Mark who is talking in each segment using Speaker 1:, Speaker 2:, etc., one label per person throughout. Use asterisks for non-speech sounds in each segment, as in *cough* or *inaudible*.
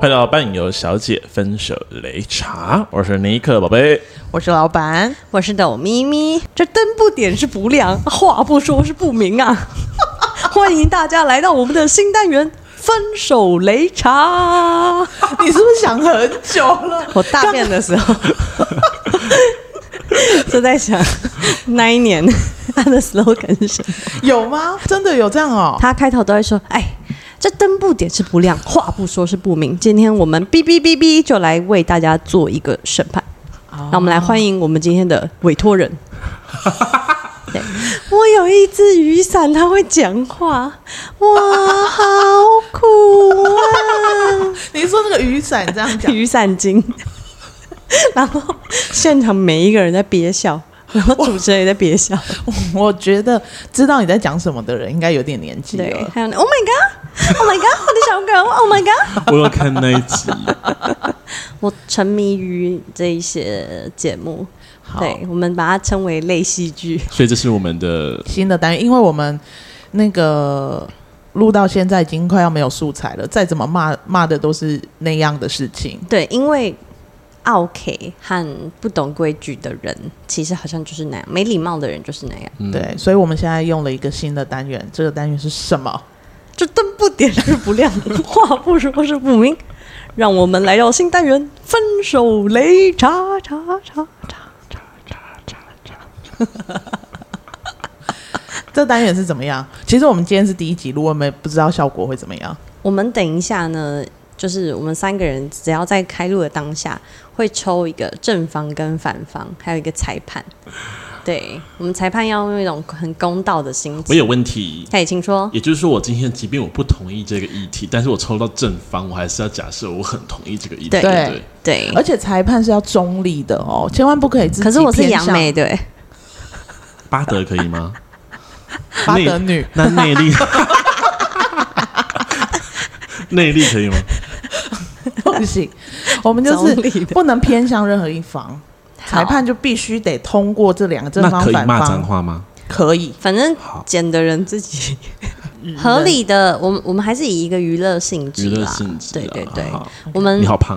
Speaker 1: 快到伴游小姐分手擂茶，我是尼克宝贝。
Speaker 2: 我是老板，
Speaker 3: 我是抖咪咪，
Speaker 2: 这登不点是不亮，话不说是不明啊！ *laughs* 欢迎大家来到我们的新单元“分手擂茶
Speaker 3: *laughs* 你是不是想很久了？”。
Speaker 2: *laughs* 我大便的时
Speaker 3: *laughs*
Speaker 2: 候 *laughs* 就在想，那一年 *laughs* 他的 slogan 是什么？
Speaker 3: *laughs* 有吗？真的有这样哦？
Speaker 2: 他开头都会说：“哎，这灯不点是不亮，话不说是不明。”今天我们哔哔哔哔就来为大家做一个审判。那我们来欢迎我们今天的委托人。对，我有一只雨伞，它会讲话，哇，好苦啊！
Speaker 3: 你是说那个雨伞这样讲？
Speaker 2: 雨伞精。 *laughs* 然后现场每一个人在憋笑，然后主持人也在憋笑。
Speaker 3: *laughs* 我觉得知道你在讲什么的人应该有点年纪
Speaker 2: 对
Speaker 3: 了，。
Speaker 2: 还有那 Oh my God，Oh my God，我的小狗，Oh my God。
Speaker 1: *laughs* 我有看那一集，
Speaker 2: 我沉迷于这一些节目，
Speaker 3: 好
Speaker 2: 对我们把它称为类戏剧。 *laughs*
Speaker 1: 所以这是我们的
Speaker 3: 新的单元，因为我们那个录到现在已经快要没有素材了，再怎么骂骂的都是那样的事情。
Speaker 2: 对，因为 OK 和不懂规矩的人，其实好像就是那样，没礼貌的人就是那样。
Speaker 3: 对，所以我们现在用了一个新的单元，这个单元是什么？
Speaker 2: 这灯不点是不亮，话不说是不明。让我们来到新单元——分手擂茶茶茶茶。
Speaker 3: 这单元是怎么样？其实我们今天是第一集录，我们不知道效果会怎么样。
Speaker 2: 我们等一下呢，就是我们三个人只要在开录的当下，会抽一个正方跟反方，还有一个裁判。对我们裁判要用一种很公道的心
Speaker 1: 我
Speaker 2: 情。
Speaker 1: 有问题。
Speaker 2: 哎，请说。
Speaker 1: 也就是说，我今天即便我不同意这个议题，但是我抽到正方，我还是要假设我很同意这个议题，
Speaker 2: 对
Speaker 1: 对不对？
Speaker 2: 对，
Speaker 3: 而且裁判是要中立的哦，千万不可以自己
Speaker 2: 可是我是杨梅，
Speaker 3: 美
Speaker 2: 对，
Speaker 1: 巴德可以吗？ *laughs*
Speaker 3: 巴德女，
Speaker 1: 那内力， *laughs* 内力可以吗？
Speaker 3: *laughs* 不行，我们
Speaker 2: *laughs*
Speaker 3: 就
Speaker 2: 中立
Speaker 3: 是
Speaker 2: 的
Speaker 3: 不能偏向任何一方，裁判就必须得通过这两个正
Speaker 1: 那
Speaker 3: 方
Speaker 1: 可以
Speaker 3: 反
Speaker 1: 骂脏
Speaker 3: 方，
Speaker 1: 话吗？
Speaker 3: 可以
Speaker 2: 反正
Speaker 1: 好
Speaker 2: 捡的人自己合理的。我们我们还是以一个娱乐性
Speaker 1: 娱
Speaker 2: 质
Speaker 1: 乐
Speaker 2: 啦，
Speaker 1: 性质啊，
Speaker 2: 对对对，
Speaker 1: 好
Speaker 2: 我们
Speaker 3: 嗯
Speaker 1: 你好
Speaker 3: *laughs*
Speaker 1: 胖，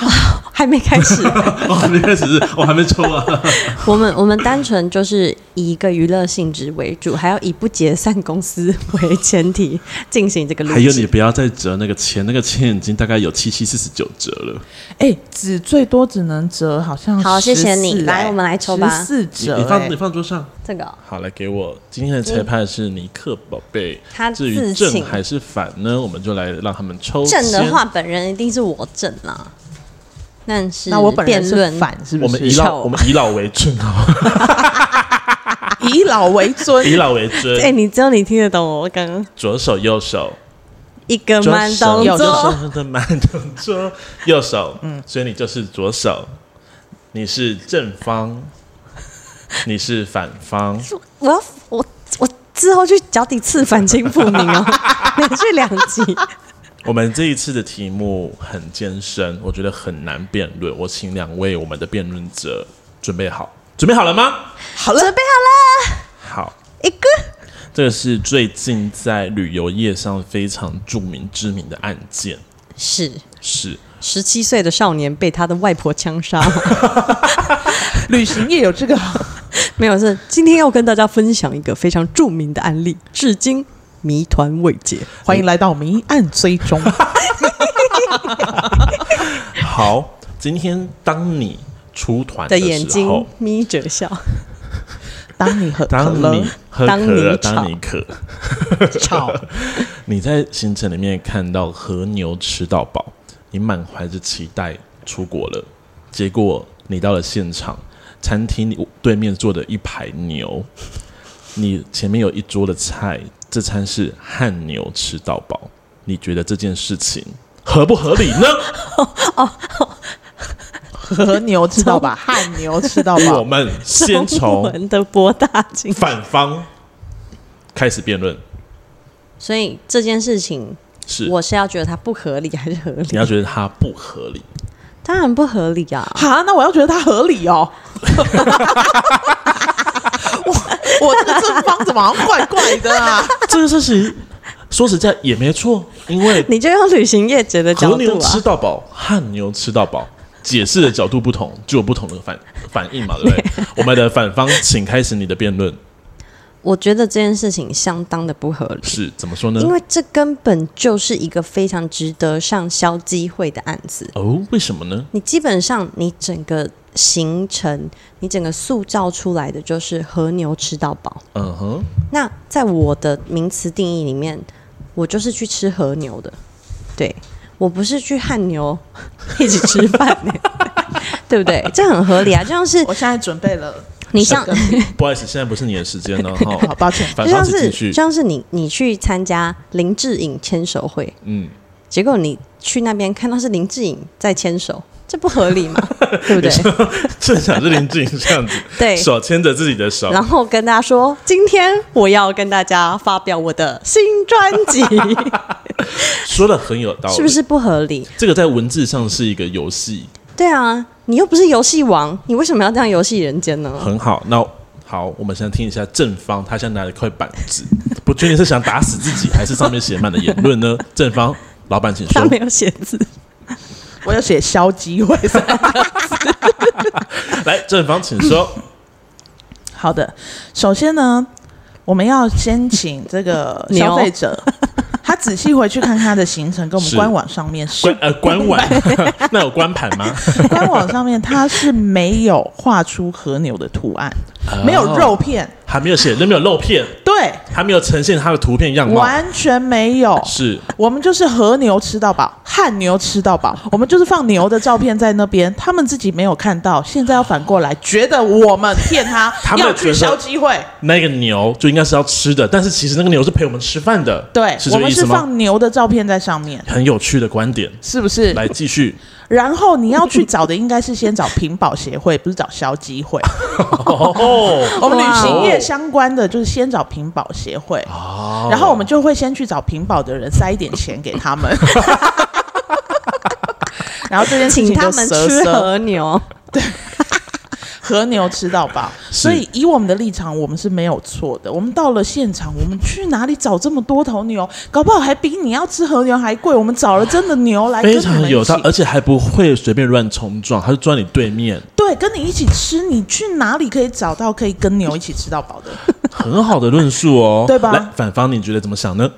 Speaker 1: 哦
Speaker 2: 还没开始，
Speaker 1: 我还没开始，我还没抽啊。
Speaker 3: *laughs*
Speaker 2: 我们我们单纯就是以一个娱乐性质为主，还要以不解散公司为前提进行这个录制。
Speaker 1: 还有你不要再折那个签，那个签已经大概有七七四十九折了。
Speaker 3: 哎、只最多只能折，好像
Speaker 2: 好谢谢你
Speaker 3: 14
Speaker 2: 来我们来抽吧
Speaker 3: 十四
Speaker 1: 你
Speaker 3: 折、
Speaker 1: 你放
Speaker 3: 哎
Speaker 1: 你放桌上。
Speaker 2: 这个哦、
Speaker 1: 好，来给我。今天的裁判是尼克宝贝，
Speaker 2: 他
Speaker 1: 至
Speaker 2: 自
Speaker 1: 于
Speaker 2: 请
Speaker 1: 正还是反呢？我们就来让他们抽
Speaker 2: 正的
Speaker 1: 签
Speaker 2: 话，本人一定是我正啦。但是
Speaker 3: 那我本人
Speaker 2: 嗯辩
Speaker 3: 是
Speaker 2: 论，
Speaker 3: 反，是不
Speaker 1: 我
Speaker 3: 是？
Speaker 1: 们以老
Speaker 2: 丑
Speaker 1: 我们以老为尊哦，
Speaker 3: 以老为
Speaker 1: *laughs*
Speaker 3: 尊，
Speaker 1: *laughs* 以老为
Speaker 2: 哎、
Speaker 1: 尊，
Speaker 2: 你知道你听得懂我刚刚
Speaker 1: 左手右手，
Speaker 2: 一个
Speaker 1: 左
Speaker 2: 慢
Speaker 1: 手
Speaker 2: 动
Speaker 1: 右
Speaker 2: 作？
Speaker 1: 手的慢动作，右手，嗯，所以你就是左手，你是正方，
Speaker 3: *laughs*
Speaker 1: 你是反方，
Speaker 2: 我要我我之后去脚底刺反清复明
Speaker 3: *laughs*
Speaker 2: 哦，连续两集。
Speaker 1: 我们这一次的题目很艰深，我觉得很难辩论。我请两位我们的辩论者准备好，准备好了吗？
Speaker 3: 好了，
Speaker 2: 准备好了，
Speaker 1: 好，
Speaker 2: 一个
Speaker 1: 这个是最近在旅游业上非常著名、知名的案件，
Speaker 2: 是
Speaker 1: 是
Speaker 2: 十七岁的少年被他的外婆枪杀。
Speaker 3: 旅行业有
Speaker 1: *laughs*
Speaker 3: 这个，
Speaker 2: 没有，是今天要跟大家分享一个非常著名的案例，至今谜团未解。
Speaker 3: 欢迎来到谜案追踪。
Speaker 1: 好。今天当你出团
Speaker 2: 的
Speaker 1: 时候
Speaker 2: 眼睛眯着笑，
Speaker 3: 当你和可
Speaker 1: 当
Speaker 3: 乐
Speaker 1: 你喝可
Speaker 2: 当
Speaker 1: 乐，
Speaker 2: 你
Speaker 1: 当
Speaker 2: 吵
Speaker 1: 你渴，
Speaker 3: 吵，
Speaker 1: 你在行程里面看到和牛吃到饱，你满怀着期待出国了，结果你到了现场，餐厅里对面坐的一排牛，你前面有一桌的菜，这餐是汉牛吃到饱，你觉得这件事情合不合理呢？
Speaker 3: 和牛吃到
Speaker 1: *laughs*
Speaker 3: 吧，汗牛吃到
Speaker 1: 我
Speaker 3: 饱，
Speaker 1: 们先
Speaker 2: 中
Speaker 1: 从
Speaker 2: 文的博大精深
Speaker 1: 反方开始辩论，
Speaker 2: 所以这件事情，
Speaker 1: 是
Speaker 2: 我是要觉得它不合理还是合
Speaker 1: 你
Speaker 2: 理？
Speaker 1: 要觉得它不合理，
Speaker 2: 当然不合理啊！
Speaker 3: 哈，那我要觉得它合理
Speaker 1: *laughs*
Speaker 3: 哦。我我这个正方怎么好像怪怪的啊？
Speaker 1: 这个事情说实在也没错，因为
Speaker 2: 你就用旅行业者的角
Speaker 1: 和牛
Speaker 2: 度
Speaker 1: 吃
Speaker 2: 啊，
Speaker 1: 到饱，和牛吃到饱，解释的角度不同，就有不同的反反应嘛，对不
Speaker 2: *laughs*
Speaker 1: 对？我们的反方，请开始你的辩论，
Speaker 2: 我觉得这件事情相当的不合理。
Speaker 1: 是怎么说呢
Speaker 2: 因？为这根本就是一个非常值得上消基会的案子。
Speaker 1: 哦，为什么呢？
Speaker 2: 你基本上你整个行程，你整个塑造出来的就是和牛吃到饱。
Speaker 1: 嗯哼，
Speaker 2: 那在我的名词定义里面，我就是去吃和牛的，对我不是去和牛 *laughs* 一起吃饭的、 *laughs* 对不对？这很合理啊，就像是
Speaker 3: 我现在准备了，
Speaker 2: 你像
Speaker 3: 这个
Speaker 1: 不好意思，现在不是你的时间
Speaker 2: *laughs*
Speaker 1: 了哈。
Speaker 3: 好抱歉，
Speaker 1: 反
Speaker 2: 就
Speaker 1: 方
Speaker 2: 像
Speaker 1: 请
Speaker 2: 是
Speaker 1: 继
Speaker 2: 就
Speaker 1: 续，
Speaker 2: 像是你你去参加林志颖牵手会，
Speaker 1: 嗯，
Speaker 2: 结果你去那边看到是林志颖在牵手，这不
Speaker 1: *laughs*
Speaker 2: 合理嘛？对不对？
Speaker 1: 正想是林志颖这样子，
Speaker 2: 对。
Speaker 1: 手牵着自己的手，
Speaker 2: 然后跟大家说，今天我要跟大家发表我的新专辑，
Speaker 1: 说的很有道理，
Speaker 2: 是不？是不合理？
Speaker 1: 这个在文字上是一个游戏，
Speaker 2: 对啊，你又不是游戏王，你为什么要这样游戏人间呢？
Speaker 1: 很好。那好，我们现在听一下正方，他现在拿了一块板子， *laughs* 不确定是想打死自己，还是上面写满了言论
Speaker 3: *laughs*
Speaker 1: 呢？正方，老板请
Speaker 2: 他
Speaker 1: 说
Speaker 2: 没。有写字，
Speaker 3: 我有写消
Speaker 1: *laughs*
Speaker 3: 机会。
Speaker 1: 来，正方请
Speaker 3: *laughs*
Speaker 1: 说。
Speaker 3: 好的，首先呢，我们要先请这个
Speaker 2: 牛
Speaker 3: 消
Speaker 1: *laughs*
Speaker 3: 费者，他仔细回去看看他的行程，跟我们
Speaker 1: 是
Speaker 3: 官网上面是
Speaker 1: 官呃官碗，那有官盘吗？
Speaker 3: *laughs* 官网上面它是没有画出和牛的图案，
Speaker 1: 哦
Speaker 3: 没有肉片，
Speaker 1: 还没有写，那没有肉片，
Speaker 3: 对，
Speaker 1: 还没有呈现它的图片样貌。
Speaker 3: 完全没有。
Speaker 1: 是
Speaker 3: 我们就是和牛吃到饱，汉牛吃到饱。我们就是放牛的照片在那边，他们自己没有看到，现在要反过来觉得我们骗他，
Speaker 1: 他们
Speaker 3: 要去
Speaker 1: 觉得
Speaker 3: 消机会。
Speaker 1: 那个牛就应该是要吃的，但是其实那个牛是陪我们吃饭的。
Speaker 3: 对
Speaker 1: 是，这
Speaker 3: 我
Speaker 1: 个
Speaker 3: 们
Speaker 1: 意思
Speaker 3: 是
Speaker 1: 吗？
Speaker 3: 放牛的照片在上面，
Speaker 1: 很有趣的观点，
Speaker 3: 是不是？
Speaker 1: 来继
Speaker 3: *laughs*
Speaker 1: 续。
Speaker 3: 然后你要去找的应该是先找屏保协会，不是找消
Speaker 1: *laughs*
Speaker 3: 基会。哎
Speaker 1: 哦，
Speaker 3: 我们旅行业相关的就是先找屏保协会，
Speaker 1: 哦
Speaker 3: 然后我们就会先去找屏保的人塞一点钱给他
Speaker 1: *laughs*
Speaker 3: 们。然后这件事情
Speaker 2: 请
Speaker 3: 就
Speaker 2: 他们
Speaker 3: 蛇
Speaker 2: 吃
Speaker 3: 蛇
Speaker 2: 和牛。
Speaker 3: 和牛吃到饱，所以以我们的立场，我们是没有错的。我们到了现场，我们去哪里找这么多头牛？搞不好还比你要吃和牛还贵。我们找了真的牛来跟
Speaker 1: 非
Speaker 3: 你们
Speaker 1: 常
Speaker 3: 一
Speaker 1: 有道呃
Speaker 3: 起，
Speaker 1: 而且还不会随便乱冲撞，他就撞你对面，
Speaker 3: 对，跟你一起吃。你去哪里可以找到可以跟牛一起吃到
Speaker 1: *laughs*
Speaker 3: 饱的？
Speaker 1: 很好的论述哦，
Speaker 3: 对吧
Speaker 1: 来，反方你觉得怎么想呢？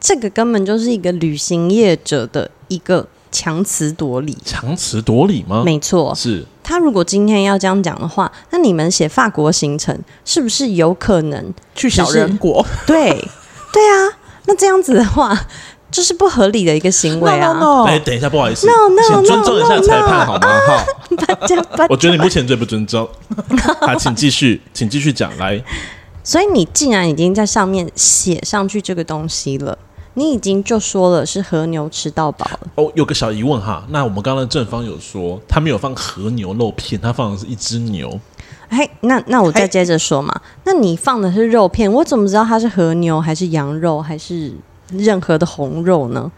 Speaker 2: 这个根本就是一个旅行业者的一个强词夺理。
Speaker 1: 强词夺理吗？
Speaker 2: 没错，
Speaker 1: 是
Speaker 2: 他如果今天要这样讲的话，那你们写法国行程是不是有可能？
Speaker 3: 去小人国
Speaker 2: 对，对啊，那这样子的话，这是不合理的一个行为
Speaker 3: ？No
Speaker 2: 啊！ *laughs*
Speaker 3: No
Speaker 1: 哎，
Speaker 3: No！
Speaker 1: 等一下，不好意思
Speaker 2: No, no,
Speaker 1: 请尊
Speaker 2: no,
Speaker 1: 重一下
Speaker 2: no,
Speaker 1: 裁判
Speaker 2: no
Speaker 1: 好吗？哈，
Speaker 2: 大家把
Speaker 1: 我觉得你目前最不尊重。 *laughs* 好，请继续，请继续讲。来，
Speaker 2: 所以你既然已经在上面写上去这个东西了，你已经就说了是和牛吃到饱了，
Speaker 1: 哦，有个小疑问哈，那我们刚刚正方有说他没有放和牛肉片，他放的是一只牛，
Speaker 2: 嘿，那那我再
Speaker 3: 嘿
Speaker 2: 接着说嘛。那你放的是肉片，我怎么知道它是和牛还是羊肉还是任何的红肉呢？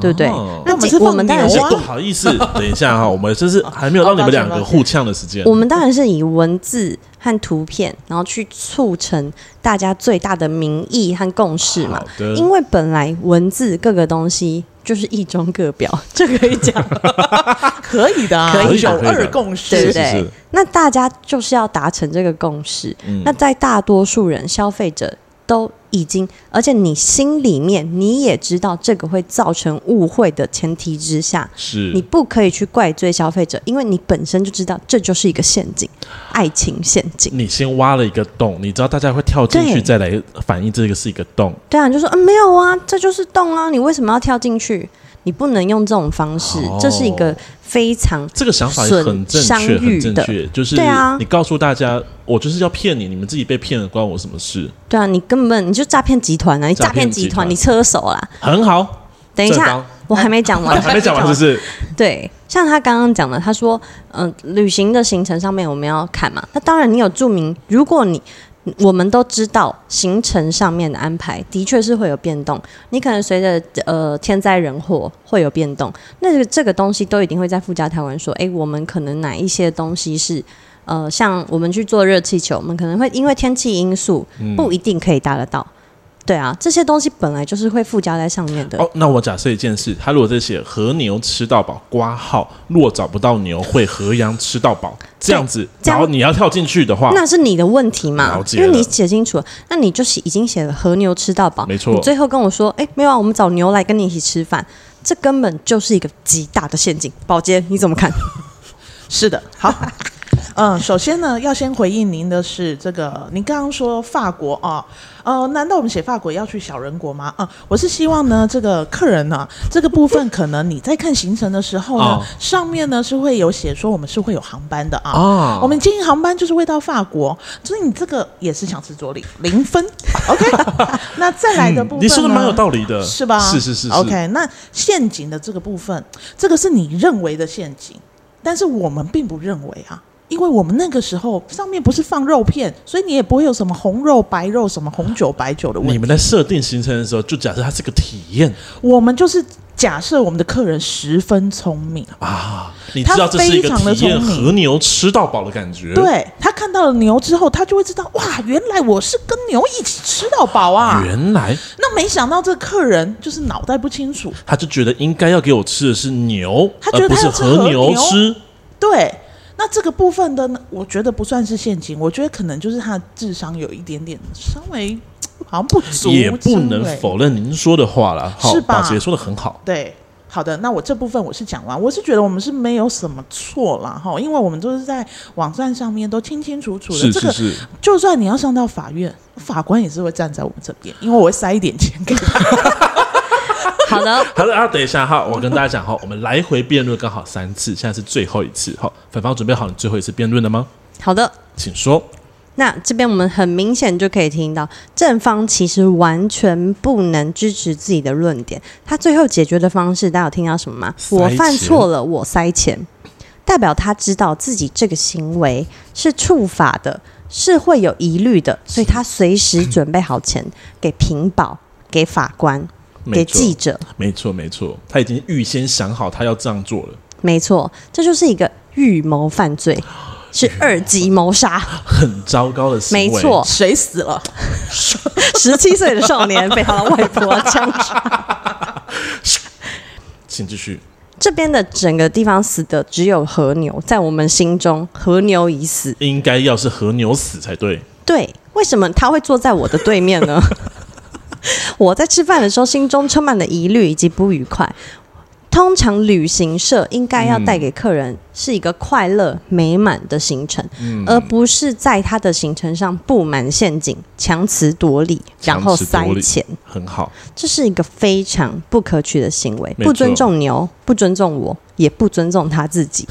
Speaker 2: 对不对
Speaker 1: 哦
Speaker 3: 那我们是
Speaker 2: 我
Speaker 3: 放
Speaker 2: 们
Speaker 3: 牛
Speaker 2: 当然是
Speaker 1: 不
Speaker 3: 啊，
Speaker 1: 好意
Speaker 3: *laughs*
Speaker 1: 思，等一下哈，我们这是还没有让你们两个互呛的时间。
Speaker 2: 我们当然是以文字和图片，然后去促成大家最大的民意和共识嘛
Speaker 1: 好。的，
Speaker 2: 因为本来文字各个东西就是一中各表，这可以讲，
Speaker 3: *laughs* 可以的啊，
Speaker 1: 可以的
Speaker 3: 有
Speaker 1: 可以的
Speaker 3: 二共
Speaker 2: 对
Speaker 1: 是是
Speaker 2: 不
Speaker 3: 识。
Speaker 2: 对
Speaker 1: 是？
Speaker 2: 那大家就是要达成这个共识。
Speaker 1: 嗯
Speaker 2: 那在大多数人、消费者都已经，而且你心里面你也知道这个会造成误会的前提之下，你
Speaker 1: 是
Speaker 2: 不可以去怪罪消费者，因为你本身就知道这就是一个陷阱，爱情陷阱。
Speaker 1: 你先挖了一个洞，你知道大家会跳进去，
Speaker 2: 对
Speaker 1: 再来反映这个是一个洞。
Speaker 2: 对啊，你就说嗯没有啊，这就是洞啊，你为什么要跳进去？你不能用这种方式，
Speaker 1: 哦
Speaker 2: 这是一个非常
Speaker 1: 这个想法也很正
Speaker 2: 损
Speaker 1: 确，
Speaker 2: 伤
Speaker 1: 很
Speaker 2: 欲
Speaker 1: 正
Speaker 2: 的
Speaker 1: 确，就是
Speaker 2: 对啊
Speaker 1: 你告诉大家，我就是要骗你，你们自己被骗了，关我什么事？
Speaker 2: 对啊，你根本你就诈骗集团啊，你
Speaker 1: 诈
Speaker 2: 诈
Speaker 1: 骗
Speaker 2: 骗
Speaker 1: 集
Speaker 2: 集
Speaker 1: 团
Speaker 2: 团，你车手啦。
Speaker 1: 很好，
Speaker 2: 等一
Speaker 1: 正
Speaker 2: 下
Speaker 3: *laughs*
Speaker 1: 方，
Speaker 2: 我还没讲
Speaker 1: *laughs*
Speaker 2: 完。
Speaker 1: 还没讲完，是不是？
Speaker 2: 对，像他刚刚讲的，他说，嗯、旅行的行程上面我们要看嘛。那当然，你有注明，如果你我们都知道行程上面的安排的确是会有变动，你可能随着呃天灾人祸会有变动，那这个这个东西都一定会在附加条文说，诶，我们可能哪一些东西是。呃，
Speaker 1: 嗯
Speaker 2: 像我们去做热气球，我们可能会因为天气因素不一定可以达得到，对啊，这些东西本来就是会附加在上面的。
Speaker 1: 哦，那我假设一件事，他如果在写和牛吃到饱，挂号若找不到牛，会和羊吃到饱这样子，
Speaker 2: 这样
Speaker 1: 然后你要跳进去的话，
Speaker 2: 那是你的问题嘛
Speaker 1: 了？解
Speaker 2: 因
Speaker 1: 了
Speaker 2: 为你写清楚了，那你就是已经写了和牛吃到饱，
Speaker 1: 没错
Speaker 2: 你最后跟我说，哎，没有啊，我们找牛来跟你一起吃饭，这根本就是一个极大的陷阱。宝洁，你怎么看？
Speaker 3: 是的，好。 *laughs* 嗯，首先呢，要先回应您的是这个，您刚刚说法国啊、哦，呃，难道我们写法国要去小人国吗？啊、我是希望呢，这个客人呢、这个部分可能你在看行程的时候呢，
Speaker 1: 哦
Speaker 3: 上面呢是会有写说我们是会有航班的啊，
Speaker 1: 哦
Speaker 3: 我们经营航班就是会到法国，所以你这个也是强词夺理，零分，OK 。
Speaker 1: *laughs*
Speaker 3: 那再来的部分、
Speaker 1: 嗯
Speaker 3: 呢
Speaker 1: 你说的蛮有道理的，
Speaker 3: 是吧？
Speaker 1: 嗯是是是是
Speaker 3: OK，那陷阱的这个部分，这个是你认为的陷阱，但是我们并不认为啊，因为我们那个时候上面不是放肉片，所以你也不会有什么红肉、白肉、什么红酒、白酒的问
Speaker 1: 你
Speaker 3: 题。
Speaker 1: 们在设定行程的时候，就假设它是个体验
Speaker 3: 我们就是假设我们的客人十分聪明，
Speaker 1: 啊，你
Speaker 3: 它
Speaker 1: 知道这是一个
Speaker 3: 非常地
Speaker 1: 体验
Speaker 3: 聪明
Speaker 1: 和牛吃到饱的感觉，，
Speaker 3: 对他看到了牛之后，他就会知道哇，原来我是跟牛一起吃到饱啊。
Speaker 1: 原来
Speaker 3: 那没想到这客人就是脑袋不清楚，
Speaker 1: 他就觉得应该要给我吃的是牛，
Speaker 3: 他觉
Speaker 1: 而
Speaker 3: 得
Speaker 1: 不
Speaker 3: 他
Speaker 1: 是
Speaker 3: 要吃和
Speaker 1: 牛
Speaker 3: 牛
Speaker 1: 吃。
Speaker 3: 对，那这个部分的呢，我觉得不算是陷阱，我觉得可能就是他的智商有一点点稍微好像不足，
Speaker 1: 也不能
Speaker 3: 之类
Speaker 1: 否认您说的话了，好
Speaker 3: 哎是吧
Speaker 1: 宝姐说的很好，
Speaker 3: 对。好的，那我这部分我是讲完，我是觉得我们是没有什么错啦，哈，因为我们都是在网站上面都清清楚楚的。
Speaker 1: 是
Speaker 3: 这
Speaker 1: 是
Speaker 3: 个
Speaker 1: 是，
Speaker 3: 就算你要上到法院，法官也是会站在我们这边，因为我会塞一点钱给他。
Speaker 2: 好的，
Speaker 1: 好了啊，等一下哈，我跟大家讲哈，我们来回辩论刚好三次，现在是最后一次哈。粉方准备好你最后一次辩论了吗？
Speaker 2: 好的。
Speaker 1: 请说。
Speaker 2: 那这边我们很明显就可以听到，正方其实完全不能支持自己的论点。他最后解决的方式，大家有听到什么吗？
Speaker 1: 塞
Speaker 2: 我
Speaker 1: 钱
Speaker 2: 犯错了，我塞钱，代表他知道自己这个行为是触法的，是会有疑虑的，所以他随时准备好钱给屏保、给法官、
Speaker 1: 没
Speaker 2: 给
Speaker 1: 错
Speaker 2: 记者。
Speaker 1: 没错，没错，他已经预先想好他要这样做了，
Speaker 2: 没错，这就是一个预谋犯罪，是二级谋杀。
Speaker 1: 很糟糕的行为。
Speaker 2: 没错，
Speaker 3: 谁死了？
Speaker 2: 十七岁的
Speaker 1: *laughs*
Speaker 2: 少年被他的外婆枪杀。
Speaker 1: 请继续。
Speaker 2: 这边的整个地方死的只有和牛，在我们心中，和牛已死。
Speaker 1: 应该要是和牛死才对，
Speaker 2: 对，为什么他会坐在我的对面呢？ *laughs* 我在吃饭的时候，心中充满了疑虑以及不愉快。通常旅行社应该要带给客人是一个快乐美满的行程，
Speaker 1: 嗯
Speaker 2: 而不是在他的行程上布满陷阱、强词夺理，然后
Speaker 1: 强词
Speaker 2: 塞
Speaker 1: 夺理
Speaker 2: 钱。
Speaker 1: 很好。
Speaker 2: 这是一个非常不可取的行为，
Speaker 1: 没错
Speaker 2: 不尊重牛，不尊重我，也不尊重他
Speaker 1: *laughs*
Speaker 2: 自己。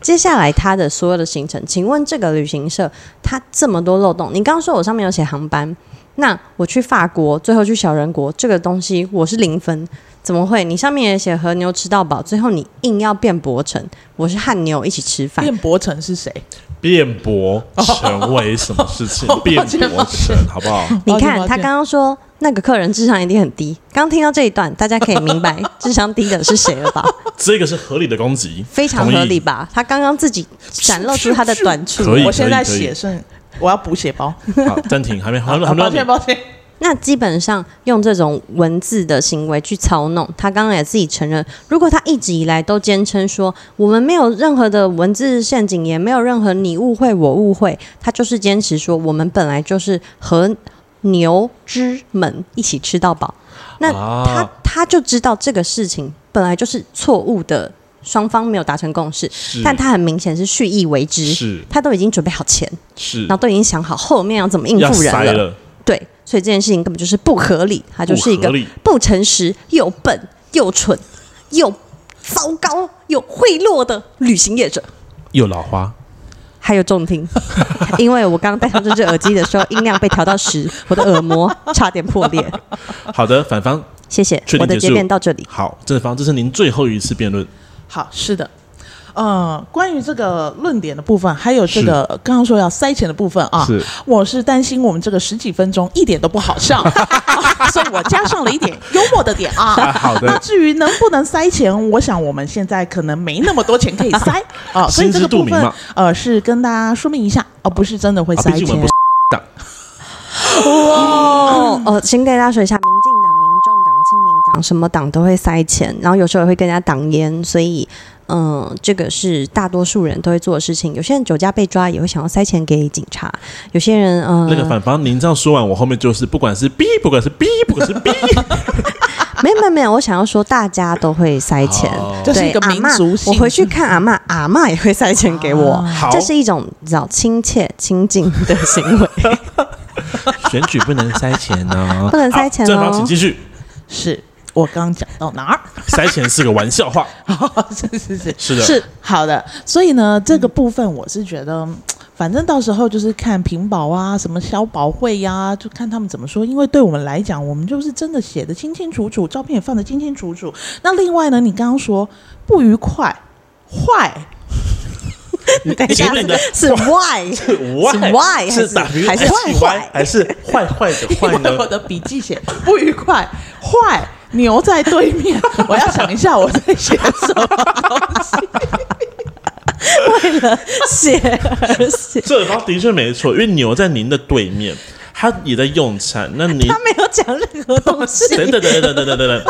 Speaker 2: 接下来他的所有的行程，请问这个旅行社他这么多漏洞，你刚刚说我上面有写航班，那我去法国，最后去小人国，这个东西我是零分，怎么会？你上面也写和牛吃到饱，最后你硬要辩驳成我是和牛一起吃饭，
Speaker 3: 卞伯成
Speaker 1: *laughs*
Speaker 3: 是谁？
Speaker 1: 辩驳成为什么事
Speaker 3: *laughs*
Speaker 1: 情
Speaker 3: 哦？
Speaker 1: 辩
Speaker 3: 抱歉
Speaker 1: 驳
Speaker 3: 抱
Speaker 1: 成
Speaker 3: 歉
Speaker 1: 好不好？
Speaker 2: 你
Speaker 3: 抱歉
Speaker 2: 看
Speaker 3: 抱歉
Speaker 2: 他刚刚说那个客人智商一定很低，刚听到这一段，大家可以明白
Speaker 3: *laughs*
Speaker 2: 智商低的是谁了吧？
Speaker 1: 这个是合理的攻击，
Speaker 2: 非常
Speaker 1: 同意
Speaker 2: 合理？吧？他刚刚自己展露出他的短处。
Speaker 1: 可以
Speaker 3: 我现在
Speaker 1: 可以
Speaker 3: 写剩，我要补血包。
Speaker 1: 好，暂停，还没，还没，还
Speaker 3: 啊
Speaker 1: 没到
Speaker 3: *laughs* 抱
Speaker 1: 你
Speaker 3: 歉，。抱歉。
Speaker 2: 那基本上用这种文字的行为去操弄，他刚刚也自己承认，如果他一直以来都坚称说我们没有任何的文字陷阱，也没有任何你误会我误会，他就是坚持说我们本来就是和牛之们一起吃到饱。那
Speaker 1: 啊
Speaker 2: 他、他就知道这个事情本来就是错误的，双方没有达成共识，
Speaker 1: 是
Speaker 2: 但他很明显是蓄意为之，
Speaker 1: 是
Speaker 2: 他都已经准备好钱。
Speaker 1: 是
Speaker 2: 然后都已经想好后面要怎么应
Speaker 1: 要
Speaker 2: 付人
Speaker 1: 塞
Speaker 2: 了。
Speaker 1: 了，
Speaker 2: 对，所以这件事情根本就是不合理，它就是一
Speaker 1: 不
Speaker 2: 个
Speaker 1: 合理
Speaker 2: 不诚实、又笨、又蠢、又糟糕、又贿赂的旅行业者。
Speaker 1: 又老花。
Speaker 2: 还有
Speaker 1: *laughs*
Speaker 2: 重听，因为我刚刚戴上这只耳机的时候，音量被调到十，我的耳膜差点破裂。
Speaker 1: 好的，反方
Speaker 2: 谢谢
Speaker 1: 确，定
Speaker 2: 我的
Speaker 1: 结
Speaker 2: 结
Speaker 1: 束
Speaker 2: 辩到这里。
Speaker 1: 好，正方，这是您最后一次辩论。
Speaker 3: 好，是的。呃，关于这个论点的部分，还有这个刚刚说要塞钱的部分啊，
Speaker 1: 是
Speaker 3: 我是担心我们这个十几分钟一点都不
Speaker 1: *laughs*
Speaker 3: 好笑，所以我加上了一点幽默的点啊。
Speaker 1: *laughs* 啊 *laughs* 好的
Speaker 3: 那至于能不能塞钱，我想我们现在可能没那么多钱可以塞
Speaker 1: *laughs*
Speaker 3: 啊，所以这个部
Speaker 1: 心知肚明
Speaker 3: 分
Speaker 1: 嘛
Speaker 3: 哦呃是跟大家说明一下，而、不是真的会
Speaker 1: 啊
Speaker 3: 塞
Speaker 1: 毕竟我
Speaker 3: 钱
Speaker 1: 们不。
Speaker 2: 哇！呃，先跟大家说一下，民进党、民众党、亲民党，什么党都会塞钱，然后有时候也会跟人家挡烟，所以，嗯、这个是大多数人都会做的事情。有些人酒驾被抓也会想要塞钱给警察，有些人，嗯、
Speaker 1: 那个反方，您这样说完，我后面就是不管是 B，不管是 B，不管是
Speaker 2: *laughs*
Speaker 1: B，
Speaker 2: 没有没有没有，我想要说大家都会塞钱，
Speaker 1: 好
Speaker 3: 这是
Speaker 2: 对
Speaker 3: 一个民
Speaker 2: 阿
Speaker 3: 族
Speaker 2: 嬷
Speaker 3: 性
Speaker 2: 我回去看阿嬷，阿嬷也会塞钱给我，
Speaker 1: 好
Speaker 2: 这是一种你知道亲切亲近的行为。
Speaker 1: 选举不能塞钱呢，
Speaker 2: 不能塞钱哦
Speaker 1: 好正方，请继续。
Speaker 3: 是我刚刚讲到哪儿？
Speaker 1: 塞钱是个玩笑话，
Speaker 3: *laughs* 是是是
Speaker 1: 是的
Speaker 3: 是好的。所以呢，这个部分我是觉得。嗯反正到时候就是看屏保啊，什么消保会呀、就看他们怎么说。因为对我们来讲，我们就是真的写的清清楚楚，照片也放的清清楚楚。那另外呢，你刚刚说不愉快、坏，
Speaker 2: 等一下
Speaker 1: 你的
Speaker 2: 是 why
Speaker 1: 是
Speaker 2: *laughs* 是 why，
Speaker 1: Y，
Speaker 2: 还是
Speaker 1: 打比喻
Speaker 2: 还是坏
Speaker 1: S
Speaker 2: 坏
Speaker 1: Y，还是坏坏的
Speaker 3: 因
Speaker 1: 坏呢
Speaker 3: 为？我的笔记写不愉快，坏牛在
Speaker 1: *laughs*
Speaker 3: 对面，我要想一下我在写什么东西。
Speaker 2: 为了写而写，
Speaker 1: 这方的确没错，因为牛在您的对面，它也在用餐。那您
Speaker 2: 他没有讲任何东
Speaker 1: *laughs*
Speaker 2: 西。
Speaker 1: 等等等等等等等等。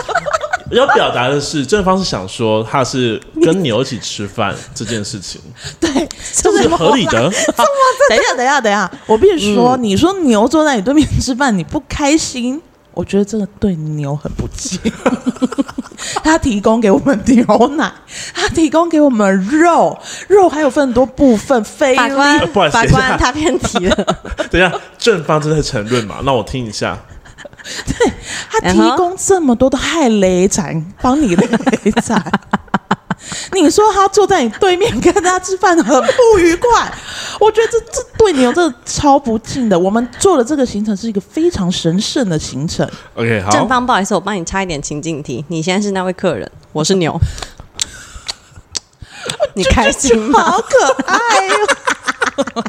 Speaker 1: 要表达的是，正方是想说他是跟牛一起吃饭这件事
Speaker 2: *laughs*
Speaker 1: 情，
Speaker 3: 对，
Speaker 1: 这是合理的。
Speaker 3: 好，等一下，等一下，等一下，我必须说，你说牛坐在你对面吃饭，你不开心，我觉得这个对牛很不敬。他提供给我们牛奶，他提供给我们肉，肉还有分很多部分，
Speaker 2: *laughs*
Speaker 3: 菲
Speaker 2: 法
Speaker 3: 力。
Speaker 1: 呃
Speaker 2: 官
Speaker 1: 不好，意思
Speaker 2: 法
Speaker 1: *laughs*
Speaker 2: 官，他偏题了。
Speaker 1: 等一下，正方正在承认嘛，那我听一下。
Speaker 3: 他提供这么多的害雷展，帮你雷展。你说他坐在你对面跟他吃饭很不愉快，我觉得这这对你有这超不敬的。我们做的这个行程是一个非常神圣的行程，
Speaker 1: OK，好，
Speaker 2: *laughs* 正方，不好意思，我帮你插一点情境题。你现在是那位客人，我是牛，你开心
Speaker 1: *laughs*
Speaker 2: 吗？
Speaker 3: 好可爱哟、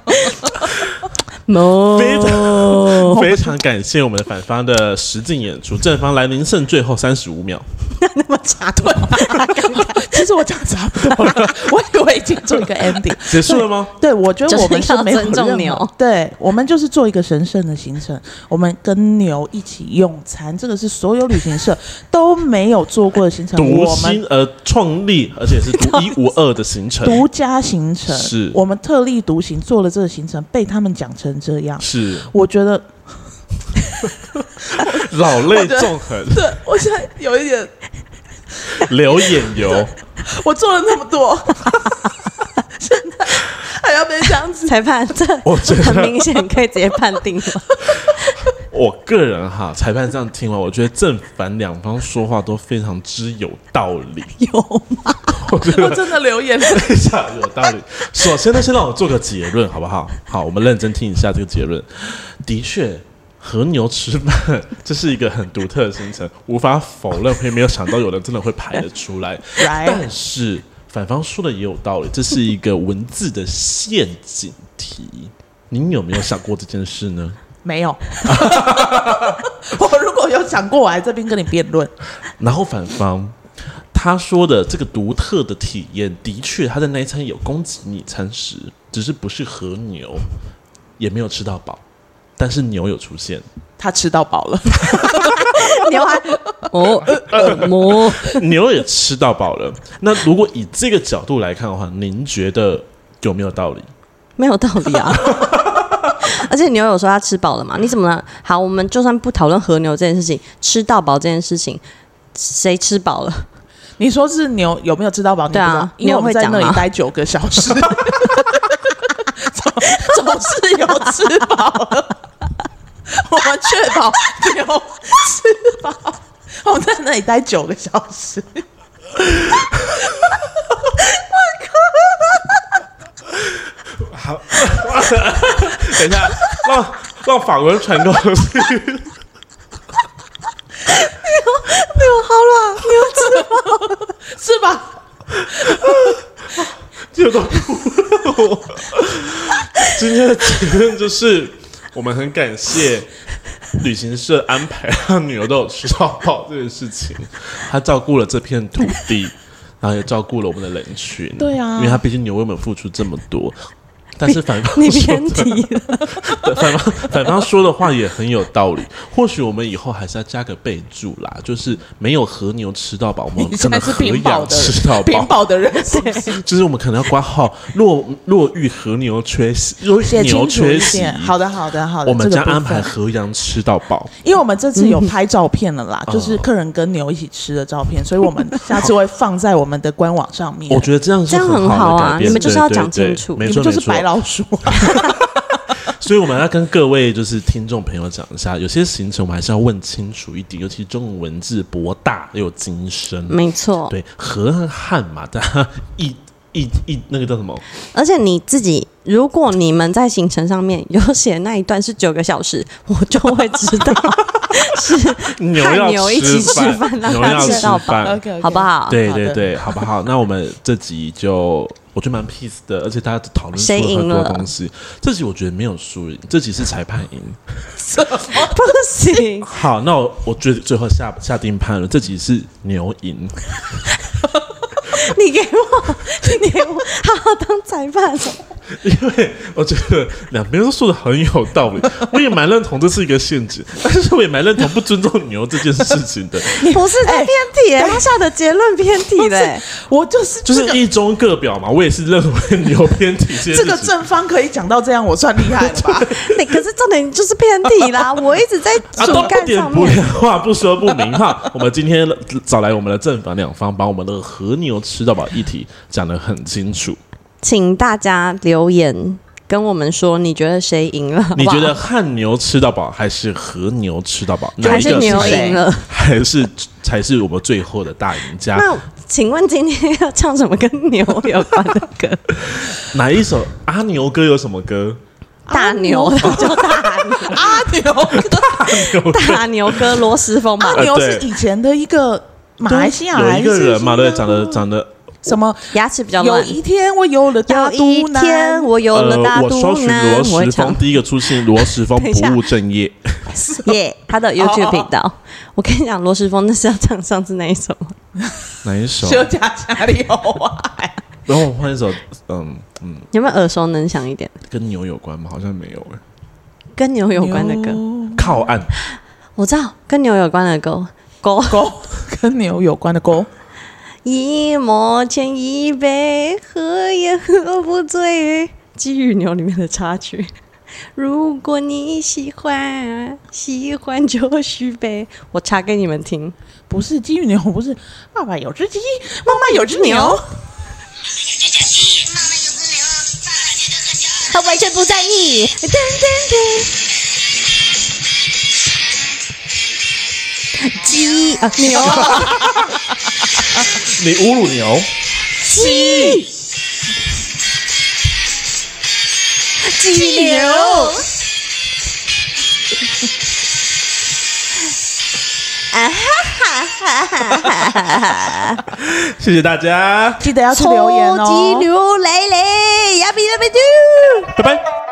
Speaker 2: 某
Speaker 1: 非
Speaker 2: 哦
Speaker 1: 常非常感谢我们的反方的实境演出，正方来您剩最后三十五秒。
Speaker 2: *laughs* 那么插 *laughs* 队，他刚刚
Speaker 3: *laughs* 其实我讲差不多了，我以为已经做一个 *laughs* ending
Speaker 1: 结束了吗？
Speaker 3: 对，我觉得我们
Speaker 2: 就是要
Speaker 3: 没有
Speaker 2: 尊重
Speaker 3: 任何
Speaker 2: 牛
Speaker 3: 对我们就是做一个神圣的行程，我们跟牛一起用餐，这个是所有旅行社都没有做过的行程，
Speaker 1: 独
Speaker 3: 我们
Speaker 1: 心而创立，而且是独一无二的行程。
Speaker 3: 独家行程，
Speaker 1: 是
Speaker 3: 我们特立独行做了这个行程，被他们讲成这样，
Speaker 1: 是
Speaker 3: 我觉得，
Speaker 1: 老泪纵横，
Speaker 3: 对我现在有一点，
Speaker 1: 流眼油。
Speaker 3: 我做了那么多， *laughs* 现在还要被这样子，
Speaker 2: 裁判，这
Speaker 1: 我觉得
Speaker 2: 很明显可以直接判定了。
Speaker 1: 我个人哈，裁判这样听完，我觉得正反两方说话都非常之有道理。
Speaker 3: *laughs* 有吗？
Speaker 1: *laughs* 我觉
Speaker 3: 我
Speaker 1: 得
Speaker 3: 真的流眼泪。
Speaker 1: 非常有道理。首先呢，先让我做个结论，好不好？好，我们认真听一下这个结论。的确，和牛吃饭这是一个很独特的行程，无法否认，会没有想到有人真的会排得出
Speaker 3: *laughs*
Speaker 1: 来。
Speaker 3: Right
Speaker 1: 但是反方说的也有道理，这是一个文字的陷阱题。您有没有想过这件事呢？
Speaker 3: 没有， *laughs* 我如果有想过，我还这边跟你辩论。
Speaker 1: 然后反方他说的这个独特的体验，的确他在那一餐有供给你餐食，只是不是和牛，也没有吃到饱，但是牛有出现， *laughs*
Speaker 3: 他吃到饱 *laughs* 了，
Speaker 2: 牛
Speaker 3: 啊
Speaker 2: 还哦呃么？
Speaker 1: 牛也吃到饱了。那如果以这个角度来看的话，您觉得有没有道理？
Speaker 2: *laughs* 没有道理啊。而且牛有说他吃饱了嘛？你怎么了？好，我们就算不讨论和牛这件事情，吃到饱这件事情，谁吃饱了？
Speaker 3: 你说是牛有没有吃到饱？你不知道
Speaker 2: 对啊
Speaker 3: 因为我们
Speaker 2: 牛会
Speaker 3: 在
Speaker 2: 讲
Speaker 3: 那里
Speaker 2: 吗
Speaker 3: 待九个小时，总总是有吃饱了。 *laughs* 我们确保牛吃饱，我们在那里待九个小时。
Speaker 1: 等一下，让让法国人传过去。
Speaker 3: *laughs* 是吧？
Speaker 1: 这个哭了。今天的结论就是，我们很感谢旅行社安排让女儿都有吃到饱这件事情，他照顾了这片土地，然后也照顾了我们的人群。
Speaker 3: 对啊
Speaker 1: 因为他毕竟牛为我们付出这么多。但是反方
Speaker 2: 你
Speaker 1: 说
Speaker 2: 偏题了。
Speaker 1: 反方 *laughs* 反方说的话也很有道理。或许我们以后还是要加个备注啦，就是没有和牛吃到饱，我们
Speaker 3: 你
Speaker 1: 哦可
Speaker 3: 现
Speaker 1: 能
Speaker 3: 在是
Speaker 1: 和
Speaker 3: 屏保
Speaker 1: 羊
Speaker 3: 的
Speaker 1: 吃到
Speaker 3: 屏
Speaker 1: 饱。
Speaker 3: 保的人是不是？
Speaker 1: 就是我们可能要挂号，若若遇和牛缺席，若遇
Speaker 3: 写
Speaker 1: 牛
Speaker 3: 清楚
Speaker 1: 缺
Speaker 3: 一
Speaker 1: 席，
Speaker 3: 点。好的，好的，好的。
Speaker 1: 我们
Speaker 3: 这
Speaker 1: 将
Speaker 3: 个部
Speaker 1: 安排
Speaker 3: 分
Speaker 1: 和羊吃到饱。
Speaker 3: 因为我们这次有拍照片了啦，就是
Speaker 1: 哦
Speaker 3: 客人跟牛一起吃的照片，所以我们下次会放在我们的官网上面。
Speaker 1: 我觉得这样是
Speaker 2: 这样
Speaker 1: 很
Speaker 2: 很好
Speaker 1: 的
Speaker 2: 啊
Speaker 1: 改变
Speaker 2: 你们就是要
Speaker 1: 对对
Speaker 2: 讲
Speaker 1: 对
Speaker 2: 清楚
Speaker 1: 没
Speaker 3: 你
Speaker 1: 错
Speaker 3: 们就是
Speaker 1: 没错
Speaker 3: 白老鼠，
Speaker 1: 所以我们要跟各位就是听众朋友讲一下，有些行程我们还是要问清楚一点，尤其中文文字博大又精深。
Speaker 2: 没错，
Speaker 1: 对，和和汉嘛，大家一一一那个叫什么？
Speaker 2: 而且你自己，如果你们在行程上面有写那一段是九个小时，我就会知 *laughs* 道是
Speaker 1: 牛
Speaker 2: 和
Speaker 1: 要
Speaker 2: 牛一起吃
Speaker 1: 饭，
Speaker 2: 饭，让
Speaker 1: 牛
Speaker 2: 他
Speaker 1: 要
Speaker 2: 吃
Speaker 1: 吃
Speaker 2: 到饱，
Speaker 1: *laughs* 饭。
Speaker 3: OK，OK
Speaker 2: 好不？好？
Speaker 1: 对
Speaker 3: 啊好的
Speaker 1: 对对，好不好？
Speaker 3: *laughs*
Speaker 1: 那我们这集就我觉得蛮 peace 的，而且大家讨论出
Speaker 2: 谁赢
Speaker 1: 很多
Speaker 2: 了
Speaker 1: 东西。这集我觉得没有输赢，这集是裁判赢。
Speaker 2: 不行，
Speaker 1: 好，那我我最最后下下定判了，这集是牛赢。 *laughs*
Speaker 2: 你给我，你给我好好当裁判。
Speaker 1: 因为我觉得两边都说的很有道
Speaker 3: *laughs*
Speaker 1: 理，我也蛮认同这是一个陷阱，但是我也蛮认同不尊重牛这件事情
Speaker 3: *laughs*
Speaker 1: 的，
Speaker 2: 不是在偏题、他下的结论偏题嘞、
Speaker 3: 我就是
Speaker 1: 就
Speaker 3: 这
Speaker 1: 是
Speaker 3: 个
Speaker 1: 一中各表嘛。我也是认为牛偏体这件
Speaker 3: 这
Speaker 1: 事
Speaker 3: 个
Speaker 1: 情。
Speaker 3: 正方可以讲到这样，我算厉害了
Speaker 1: *laughs*
Speaker 3: 吧？
Speaker 2: 你可是重点就是偏题 *laughs* 啦，我一直在
Speaker 1: 啊，
Speaker 2: 主
Speaker 1: 都不
Speaker 2: 干
Speaker 1: 点 *laughs*
Speaker 2: 上
Speaker 1: 不
Speaker 2: 面。
Speaker 1: 亮话，不说不明话。 *laughs* 我们今天找来我们的正反两方，把我们的和牛吃到饱议题讲得很清楚。
Speaker 2: 请大家留言跟我们说，你觉得谁赢了？好不
Speaker 1: 你
Speaker 2: 好
Speaker 1: 觉得汉牛吃到饱还是和牛吃到饱？哪
Speaker 2: 还
Speaker 1: 一
Speaker 2: 是
Speaker 1: 个
Speaker 2: 牛哎
Speaker 1: 谁
Speaker 2: 赢了？
Speaker 1: *laughs* 还是才是我们最后的大赢家？
Speaker 2: 那请问今天要唱什么跟牛有关的歌？
Speaker 1: 哪一首阿牛哥有什么歌？
Speaker 2: 大牛， *laughs* 就大
Speaker 3: 阿牛哥，
Speaker 2: 大牛哥罗斯风嘛
Speaker 3: 阿，牛是以前的一个马来西
Speaker 1: *laughs*
Speaker 3: 亚
Speaker 1: 有一个人 *laughs* 嘛，对，长得
Speaker 3: 的
Speaker 1: 长得，
Speaker 3: 啊什么？
Speaker 2: 牙齿比较
Speaker 3: 有
Speaker 2: 烂。
Speaker 3: 一天我有了
Speaker 2: 有
Speaker 3: 大
Speaker 2: 一
Speaker 3: 都
Speaker 2: 天
Speaker 3: 南，
Speaker 2: 我有了大
Speaker 1: 呃，我搜
Speaker 2: 肚
Speaker 1: 寻
Speaker 2: 腩，
Speaker 1: 罗
Speaker 2: 我会
Speaker 1: 时
Speaker 2: 唱 *laughs*
Speaker 1: 峰，第一个出现罗时峰
Speaker 2: 等一下
Speaker 1: 不务正业， *laughs*
Speaker 2: 耶，他的 YouTube 频道。我跟你讲，罗时峰那是要唱上次那一首吗，
Speaker 1: 哪一首？
Speaker 3: 休假家里有啊爱。
Speaker 1: 然后我换一首，嗯嗯，
Speaker 2: 有没有耳熟能详一点？
Speaker 1: 跟牛有关吗？好像没有哎。
Speaker 2: 跟牛有关的歌，
Speaker 3: 牛
Speaker 1: 靠岸，
Speaker 2: 我知道跟牛有关的歌。狗
Speaker 3: *laughs* 狗跟牛有关的狗，
Speaker 2: 一毛钱一杯，喝也喝不醉。鸡与牛里面的插曲。如果你喜欢，喜欢就续杯。我查给你们听。
Speaker 3: 不是鸡与牛，不是爸爸有只鸡，妈妈有只牛。
Speaker 2: 他完全不在意。噔噔噔。鸡啊牛
Speaker 1: 你侮辱牛，
Speaker 2: 鸡鸡牛，
Speaker 1: 谢谢大家，
Speaker 2: 啊
Speaker 3: 记得要去留言
Speaker 2: 超
Speaker 3: 哦。
Speaker 2: 级牛来嘞，呀比呀比嘟。
Speaker 1: 拜拜。